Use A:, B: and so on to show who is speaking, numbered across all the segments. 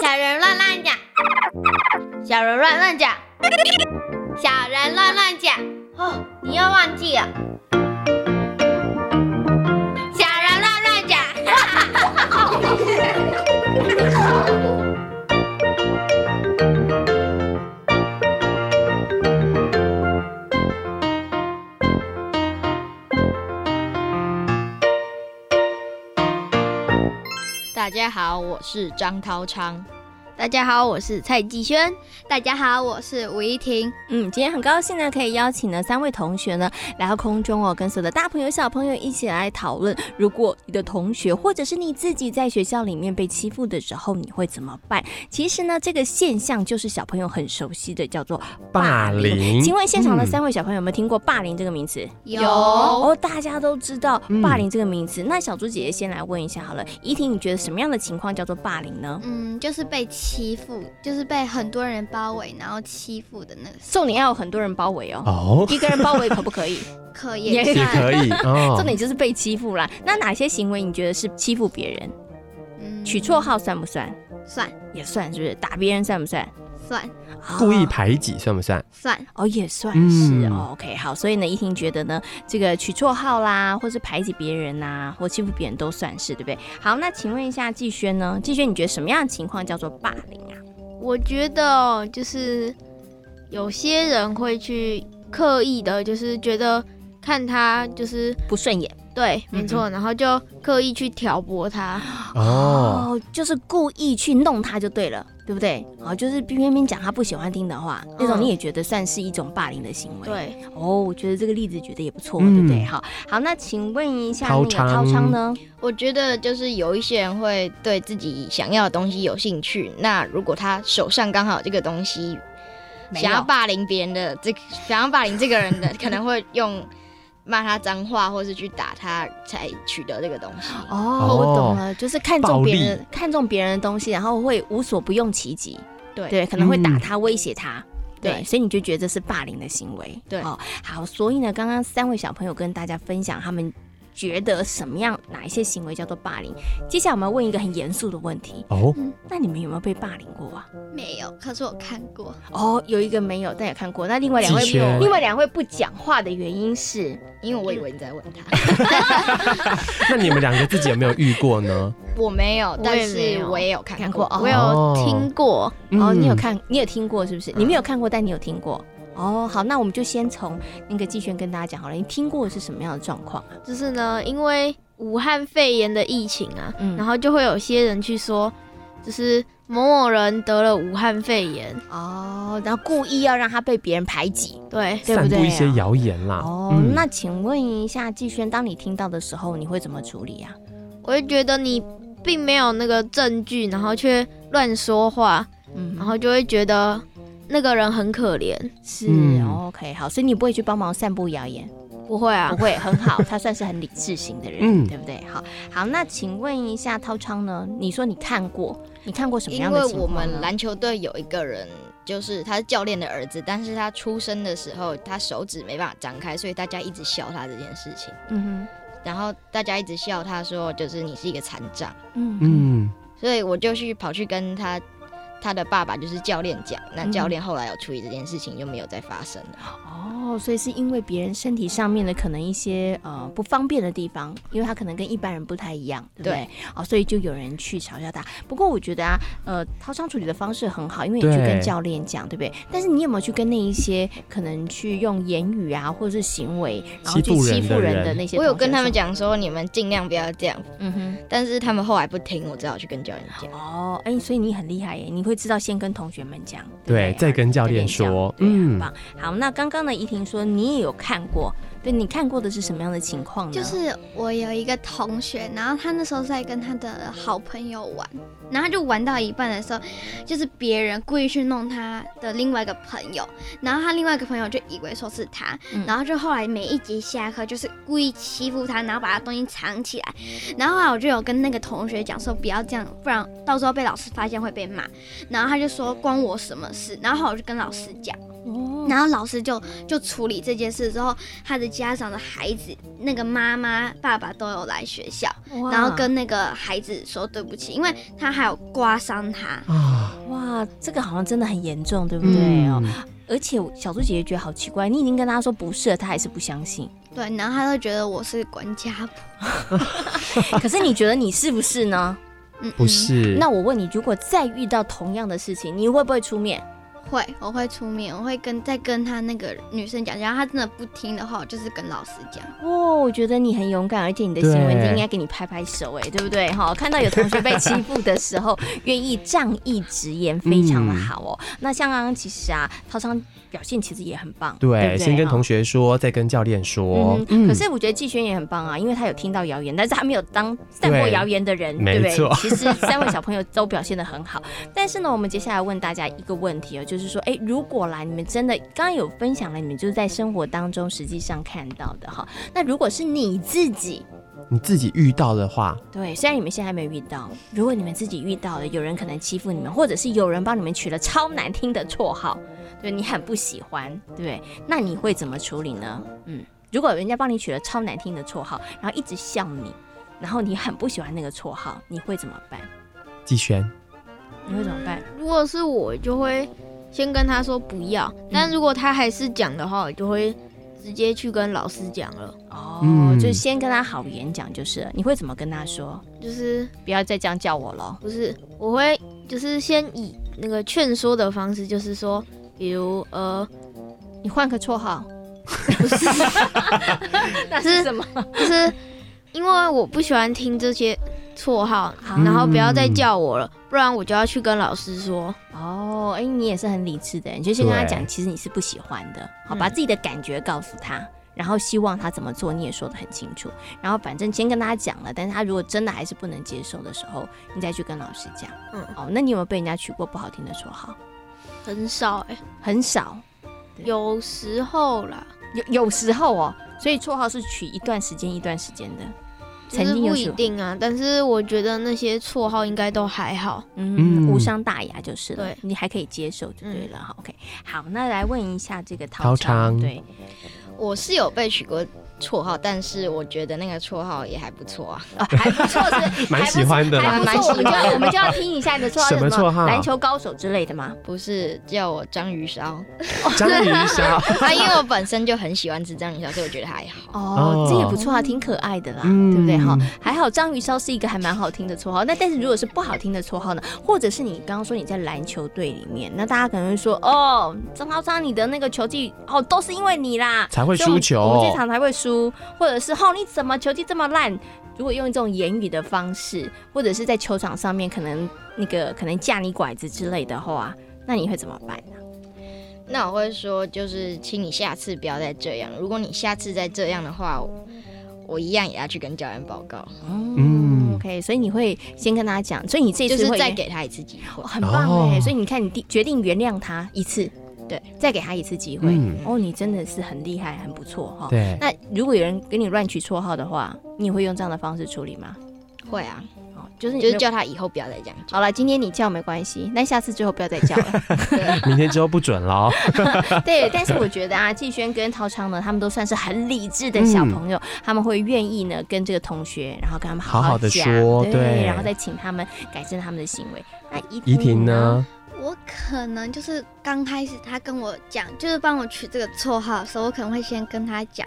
A: 小人乱乱讲，小人乱乱讲，小人乱乱讲。哦，你又忘记了。小人乱乱讲，
B: 大家好，我是张涛昌。
C: 大家好，我是蔡继轩。
D: 大家好，我是吴依婷。
E: 嗯，今天很高兴呢，可以邀请呢三位同学呢来到空中哦，跟所有的大朋友小朋友一起来讨论，如果你的同学或者是你自己在学校里面被欺负的时候，你会怎么办？其实呢，这个现象就是小朋友很熟悉的，叫做
F: 霸凌。
E: 请问现场的三位小朋友有没有听过霸凌这个名词？
D: 有
E: 哦，大家都知道霸凌这个名词。那小猪姐姐先来问一下好了，怡婷，你觉得什么样的情况叫做霸凌呢？
D: 嗯，就是被欺负，就是被很多人包围，然后欺负的那个，
E: 重点要有很多人包围哦。
F: 哦，
E: 一个人包围可不可以？
D: 可
E: 也
D: 以
F: 也可以哦。
E: 重点就是被欺负啦。那哪些行为你觉得是欺负别人？
D: 嗯
E: 取绰号算不算？
D: 算
E: 也算，是不是？打别人算不算？
D: 算
F: 故意
E: 哦
F: 排挤算不算？
D: 算，
E: 哦，也算
F: 嗯
E: 是、哦。OK，好，所以呢，依婷觉得呢，这个取绰号啦，或是排挤别人呐、或欺负别人都算是，对不对？好，那请问一下季轩呢？季轩，你觉得什么样的情况叫做霸凌啊？
C: 我觉得哦就是有些人会去刻意的，就是觉得看他就是
E: 不顺眼
C: 对，没错，
D: 嗯
C: 然后就刻意去挑拨他。
F: 哦，
E: 就是故意去弄他就对了。对不对？哦，就是偏偏讲他不喜欢听的话，那种
C: 嗯
E: 你也觉得算是一种霸凌的行为。
C: 对，
E: 哦，我觉得这个例子举得也不错，
F: 嗯
E: 对不对？好，好，那请问一下那
F: 掏
E: 个
F: 枪
E: 涛昌呢？
B: 我觉得就是有一些人会对自己想要的东西有兴趣，那如果他手上刚好有这个东西，
E: 没有
B: 想要霸凌别人的这个，想要霸凌这个人的，可能会用骂他脏话，或是去打他，才取得这个东西。
E: 哦，我懂了，就是看中
F: 暴
E: 别
F: 力
E: 人看中别人的东西，然后会无所不用其极，
B: 对
E: 对，可能会打
F: 嗯
E: 他、威胁他。对，
B: 对
E: 所以你就觉得这是霸凌的行为。
B: 对
E: 哦，好，所以呢，刚刚三位小朋友跟大家分享他们觉得什么样哪一些行为叫做霸凌。接下来我们要问一个很严肃的问题，
F: 哦，
E: 那你们有没有被霸凌过啊？
D: 没有，可是我看过，
E: 哦，有一个没有，但也看过。那另外两位
F: 季轩，
E: 另外两位不讲话的原因是，
B: 因
D: 嗯
B: 为我以为你在问他，
F: 那你们两个自己有没有遇过呢？
B: 我没有，
E: 也
B: 但
E: 没
B: 是
E: 有
B: 我也有看
E: 看过
B: 过。
E: 哦
C: 我有听过，
E: 哦，你有
F: 嗯？
E: 看，你有听过是不是？你没有看过，但你有听过。哦，好，那我们就先从那个季轩跟大家讲好了，你听过的是什么样的状况啊？
C: 就是呢，因为武汉肺炎的疫情啊，
E: 嗯
C: 然后就会有些人去说，就是某某人得了武汉肺炎，
E: 哦，然后故意要让他被别人排挤，
C: 对，
E: 对不
F: 散
E: 对、
F: 布一些谣言啦。
E: 哦，
F: 嗯
E: 那请问一下季轩，当你听到的时候，你会怎么处理啊？
C: 我就觉得你并没有那个证据，然后却乱说话，
E: 嗯
C: 然后就会觉得那个人很可怜。
E: 是、哦
F: 嗯
E: OK，好，所以你不会去帮忙散布谣言，
C: 不会啊
E: 不，会，很好，他算是很理智型的人，
F: 嗯
E: 对不对？好，好，那请问一下涛昌呢？你说你看过，你看过什么
B: 因
E: 样
B: 为
E: 的情
B: 我
E: 况呢？
B: 们篮球队有一个人，就是他是教练的儿子，但是他出生的时候他手指没办法张开，所以大家一直笑他这件事情。
E: 嗯
B: 然后大家一直笑他说，就是你是一个残障，
E: 哼，嗯嗯
F: 嗯，
B: 所以我就去跑去跟他他的爸爸就是教练讲，那教练后来有处理这件事情，就没有再发生了。
E: 哦，所以是因为别人身体上面的可能一些呃不方便的地方，因为他可能跟一般人不太一样，对不对？
B: 对
E: 哦，所以就有人去嘲笑他。不过我觉得啊，呃，涛商处理的方式很好，因为你去
F: 对
E: 跟教练讲，对不对？但是你有没有去跟那一些可能去用言语啊，或者是行为，然后去
F: 欺负人
E: 欺负
F: 的
E: 人的
F: 人
E: 那些，
B: 我有跟他们，讲说，你们尽量不要这样，
E: 嗯哼，
B: 但是他们后来不听，我只好去跟教练讲。
E: 哦，哎，所以你很厉害耶，你会知道先跟同学们讲，
F: 对，
E: 不
F: 再跟教
E: 教
F: 练说，嗯
E: 对，很棒。好，那刚刚呢，怡婷说你也有看过，对你看过的是什么样的情况呢？
D: 就是我有一个同学，然后他那时候在跟他的好朋友玩，然后他就玩到一半的时候，就是别人故意去弄他的另外一个朋友，然后他另外一个朋友就以为说是他，
E: 嗯
D: 然后就后来每一节下课就是故意欺负他，然后把他东西藏起来，然后后来我就有跟那个同学讲说不要这样，不然到时候被老师发现会被骂，然后他就说关我什么事，然后后来我就跟老师讲。
E: 哦
D: 然后老师就就处理这件事之后，他的家长的孩子，那个妈妈、爸爸都有来学校，
E: 哇
D: 然后跟那个孩子说对不起，因为他还有刮伤他。
F: 啊，
E: 哇，这个好像真的很严重，对不对哦？
F: 嗯
E: 而且小猪姐姐觉得好奇怪，你已经跟她说不是了，她还是不相信。
D: 对，然后他就觉得我是管家婆，
E: 可是你觉得你是不是呢？
D: 嗯，
F: 不是，
E: 那我问你，如果再遇到同样的事情，你会不会出面？
D: 嗯会，我会出面，我会跟再跟他那个女生讲，然后他真的不听的话，我就是跟老师讲。
E: 哦，我觉得你很勇敢，而且你的新闻
F: 对
E: 应该给你拍拍手，哎，对不对？哈，看到有同学被欺负的时候，愿意仗义直言，非常的
F: 嗯
E: 好哦。那像刚刚其实啊，涛昌表现其实也很棒，对
F: 对
E: 不，对，
F: 先跟
E: 哈
F: 同学说，再跟教练说
E: 嗯，，可是我觉得季轩也很棒啊，因为他有听到谣言，但是他没有当散播
F: 对
E: 谣言的人，对
F: 没
E: 不对
F: 错？
E: 其实三位小朋友都表现的很好，但是呢，我们接下来问大家一个问题哦，就是说，哎，如果啦，你们真的刚刚有分享了，你们就是在生活当中实际上看到的哈，那如果是你自己，
F: 你自己遇到的话，
E: 对，虽然你们现在还没有遇到，如果你们自己遇到了，有人可能欺负你们，或者是有人帮你们取了超难听的绰号，对你很不喜欢，对不对，那你会怎么处理呢？嗯，如果人家帮你取了超难听的绰号，然后一直笑你，然后你很不喜欢那个绰号，你会怎么办？
F: 季轩，
E: 你会怎么办？
C: 如果是我，就会先跟他说不要，
E: 嗯
C: 但如果他还是讲的话，我就会直接去跟老师讲了，
E: 哦，
F: 嗯
E: 就是先跟他好言讲，就是了你会怎么跟他说？
C: 就是
E: 不要再这样叫我了。
C: 不是我会就是先以那个劝说的方式，就是说，比如呃，
E: 你换个绰号，
C: 但是
E: 什么？
C: 就是因为我不喜欢听这些绰号，
E: 好
C: 然后不要再叫我了，不然我就要去跟老师说。
E: 哦，哎、你也是很理智的，你就先跟他
F: 对
E: 讲，其实你是不喜欢的，好，把自己的感觉告诉他。然后希望他怎么做，你也说得很清楚。然后反正先跟他讲了，但是他如果真的还是不能接受的时候，你再去跟老师讲。
C: 嗯
E: 哦，那你有没有被人家取过不好听的绰号？
C: 很少哎、
E: 很少，对
C: 有时候啦，
E: 有有时候哦，所以绰号是取一段时间一段时间的。
C: 就
E: 曾
C: 是
E: 经有
C: 不
E: 取
C: 一
E: 过
C: 定啊，但是我觉得那些绰号应该都还好。
E: 嗯，
F: 嗯
E: 无伤大雅就是了，
C: 对
E: 你还可以接受就对了。好，OK，好，那来问一下这个
F: 陶
E: 昌，
F: 昌，
E: 对，
B: 我是有被取过绰号，但是我觉得那个绰号也还不错啊。
E: 哦还不错是
F: 蛮喜欢的
E: 还
F: 啦
E: 不错，还不错我
B: 蛮喜
E: 们就
B: 欢
E: 要
B: 的
E: 我们就要听一下你的绰号，
F: 什么绰号
E: 篮球高手之类的吗？
B: 不是叫我章鱼 烧，
F: 章鱼烧，
B: 啊，因为我本身就很喜欢吃章鱼烧，所以我觉得还好。
E: 哦
F: 哦，
E: 这也不错啊，挺可爱的啦，
F: 嗯
E: 对不对？哈，还好章鱼烧是一个还蛮好听的绰号。那但是如果是不好听的绰号呢？或者是你刚刚说你在篮球队里面，那大家可能会说，哦，张涛章你的那个球技哦，都是因为你啦，
F: 才会
E: 所以我
F: 输
E: 们
F: 球
E: 我们这场才会输，或者是哦，你怎么球技这么烂？如果用这种言语的方式，或者是在球场上面，可能那个可能架你拐子之类的话，那你会怎么办呢、
B: 那我会说，就是请你下次不要再这样。如果你下次再这样的话，我我一样也要去跟教练报告，
E: 嗯
F: 嗯
E: ，OK，所以你会先跟他讲，所以你这
B: 就
E: 次
B: 是
E: 会
B: 再
E: 原
B: 给他一次机会
E: 哦。很棒哎、
F: 哦
E: 所以你看，你第决定原谅他一次，对，再给他一次机会。
F: 嗯
E: 哦，你真的是很厉害，很不错哈、
F: 对，
E: 那如果有人给你乱取绰号的话，你也会用这样的方式处理吗？
B: 会啊，
E: 哦，就是你
B: 就是
E: 没有
B: 叫他以后不要再这样
E: 好了，今天你叫没关系，那下次最后不要再叫了。
F: 明天之后不准了哦，
E: 对，但是我觉得啊，季轩跟陶昌呢，他们都算是很理智的小
F: 嗯
E: 朋友，他们会愿意呢跟这个同学，然后跟他们好
F: 好好地
E: 讲
F: 说
E: 对，
F: 对
E: 然后再请他们改正他们的行为。那
F: 怡
E: 怡
F: 婷？呢？
E: 嗯
D: 我可能就是刚开始他跟我讲，就是帮我取这个绰号的时候，我可能会先跟他讲，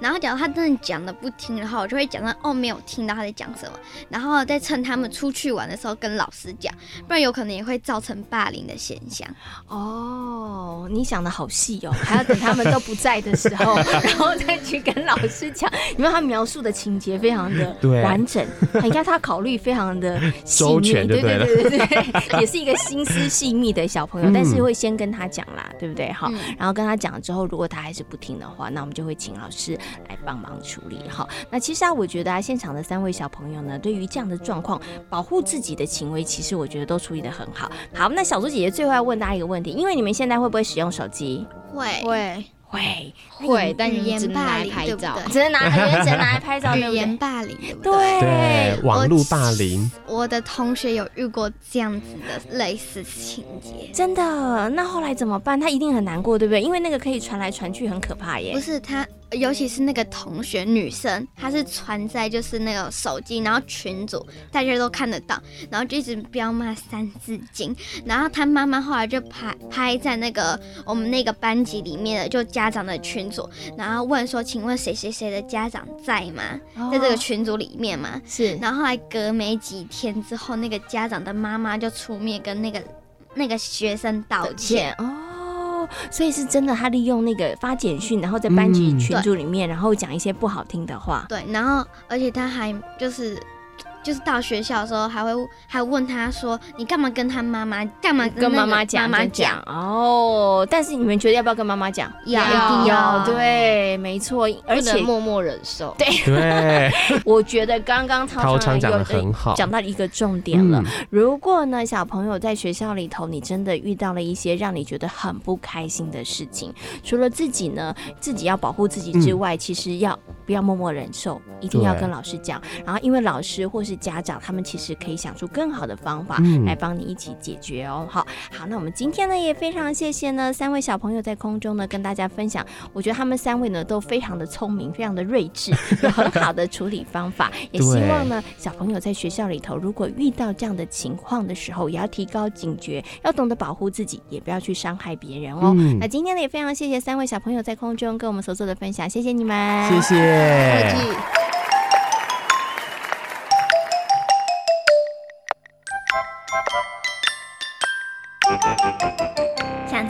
D: 然后假如他真的讲的不听，然后我就会假装哦没有听到他在讲什么，然后再趁他们出去玩的时候跟老师讲，不然有可能也会造成霸凌的现象。
E: 哦，你想的好细哦，还要等他们都不在的时 候，然后再去跟老师讲。因为他描述的情节非常的
F: 对
E: 完整，你看他考虑非常的细
F: 周
E: 密，
F: 全就
E: 对
F: 对了
E: 对对对，也是一个心思细密的小朋友，
F: 嗯
E: 但是会先跟他讲啦，对不对？好，
D: 嗯
E: 然后跟他讲了之后，如果他还是不听的话，那我们就会请老师来帮忙处理哈。那其实啊，我觉得啊，现场的三位小朋友呢，对于这样的状况，保护自己的行为，其实我觉得都处理得很好。好，那小猪姐姐最后要问大家一个问题，因为你们现在会不会使用手机？
D: 会
C: 会，
E: 会，
B: 会，但
D: 语
B: 是只
D: 言
B: 能
D: 霸
B: 拿来
D: 凌
B: 拍
D: 对不
B: 照。
D: 对
E: 只能拿原神拿来拍照，对
D: 语
E: 不对
D: 言霸凌，对不
E: 对
D: 对？
F: 对，网络霸凌，
D: 我我的同学有遇过这样子的类似情节，
E: 真的，那后来怎么办？他一定很难过，对不对？因为那个可以传来传去，很可怕耶
D: 不。是他，尤其是那个同学女生，她是传在就是那个手机，然后群组大家都看得到，然后就一直彪骂《三字经》，然后她妈妈后来就拍拍在那个我们那个班级里面的就家长的群组，然后问说，请问谁谁谁的家长在吗？在这个群组里面吗？
E: 是
D: 然后后来隔没几天之后，那个家长的妈妈就出面跟那个那个学生道
E: 钱
D: 歉。
E: 哦，所以是真的，他利用那个发简讯，然后在班级
F: 嗯
E: 群组里面，然后讲一些不好听的话。
D: 对，然后而且他还就是就是到学校的时候还会还问他说：“你干嘛跟他妈妈干嘛
E: 跟
D: 那
E: 妈
D: 个
E: 妈讲，
D: 妈妈
E: 就讲哦。但是你们觉得要不要跟妈妈讲？
D: 要
B: 一定
E: 要，对，没错。而
B: 不能
E: 且
B: 默默忍受。
F: 对，
E: 我觉得刚刚
F: 涛
E: 涛昌
F: 昌讲的
E: 有
F: 很好，
E: 讲到一个重点了。
F: 嗯
E: 如果呢，小朋友在学校里头，你真的遇到了一些让你觉得很不开心的事情，除了自己呢，自己要保护自己之外，其实要不要默默忍受，一定要
F: 对
E: 跟老师讲。然后，因为老师或是家长，他们其实可以想出更好的方法。
F: 嗯
E: 来帮你一起解决哦。好，好，那我们今天呢也非常谢谢呢三位小朋友在空中呢跟大家分享，我觉得他们三位呢都非常的聪明，非常的睿 智，有很好的处理方法。也希望呢小朋友在学校里头，如果遇到这样的情况的时候，也要提高警觉，要懂得保护自己，也不要去伤害别人哦。
F: 嗯
E: 那今天呢也非常谢谢三位小朋友在空中跟我们所做的分享，谢谢你们，
F: 谢谢。
G: 想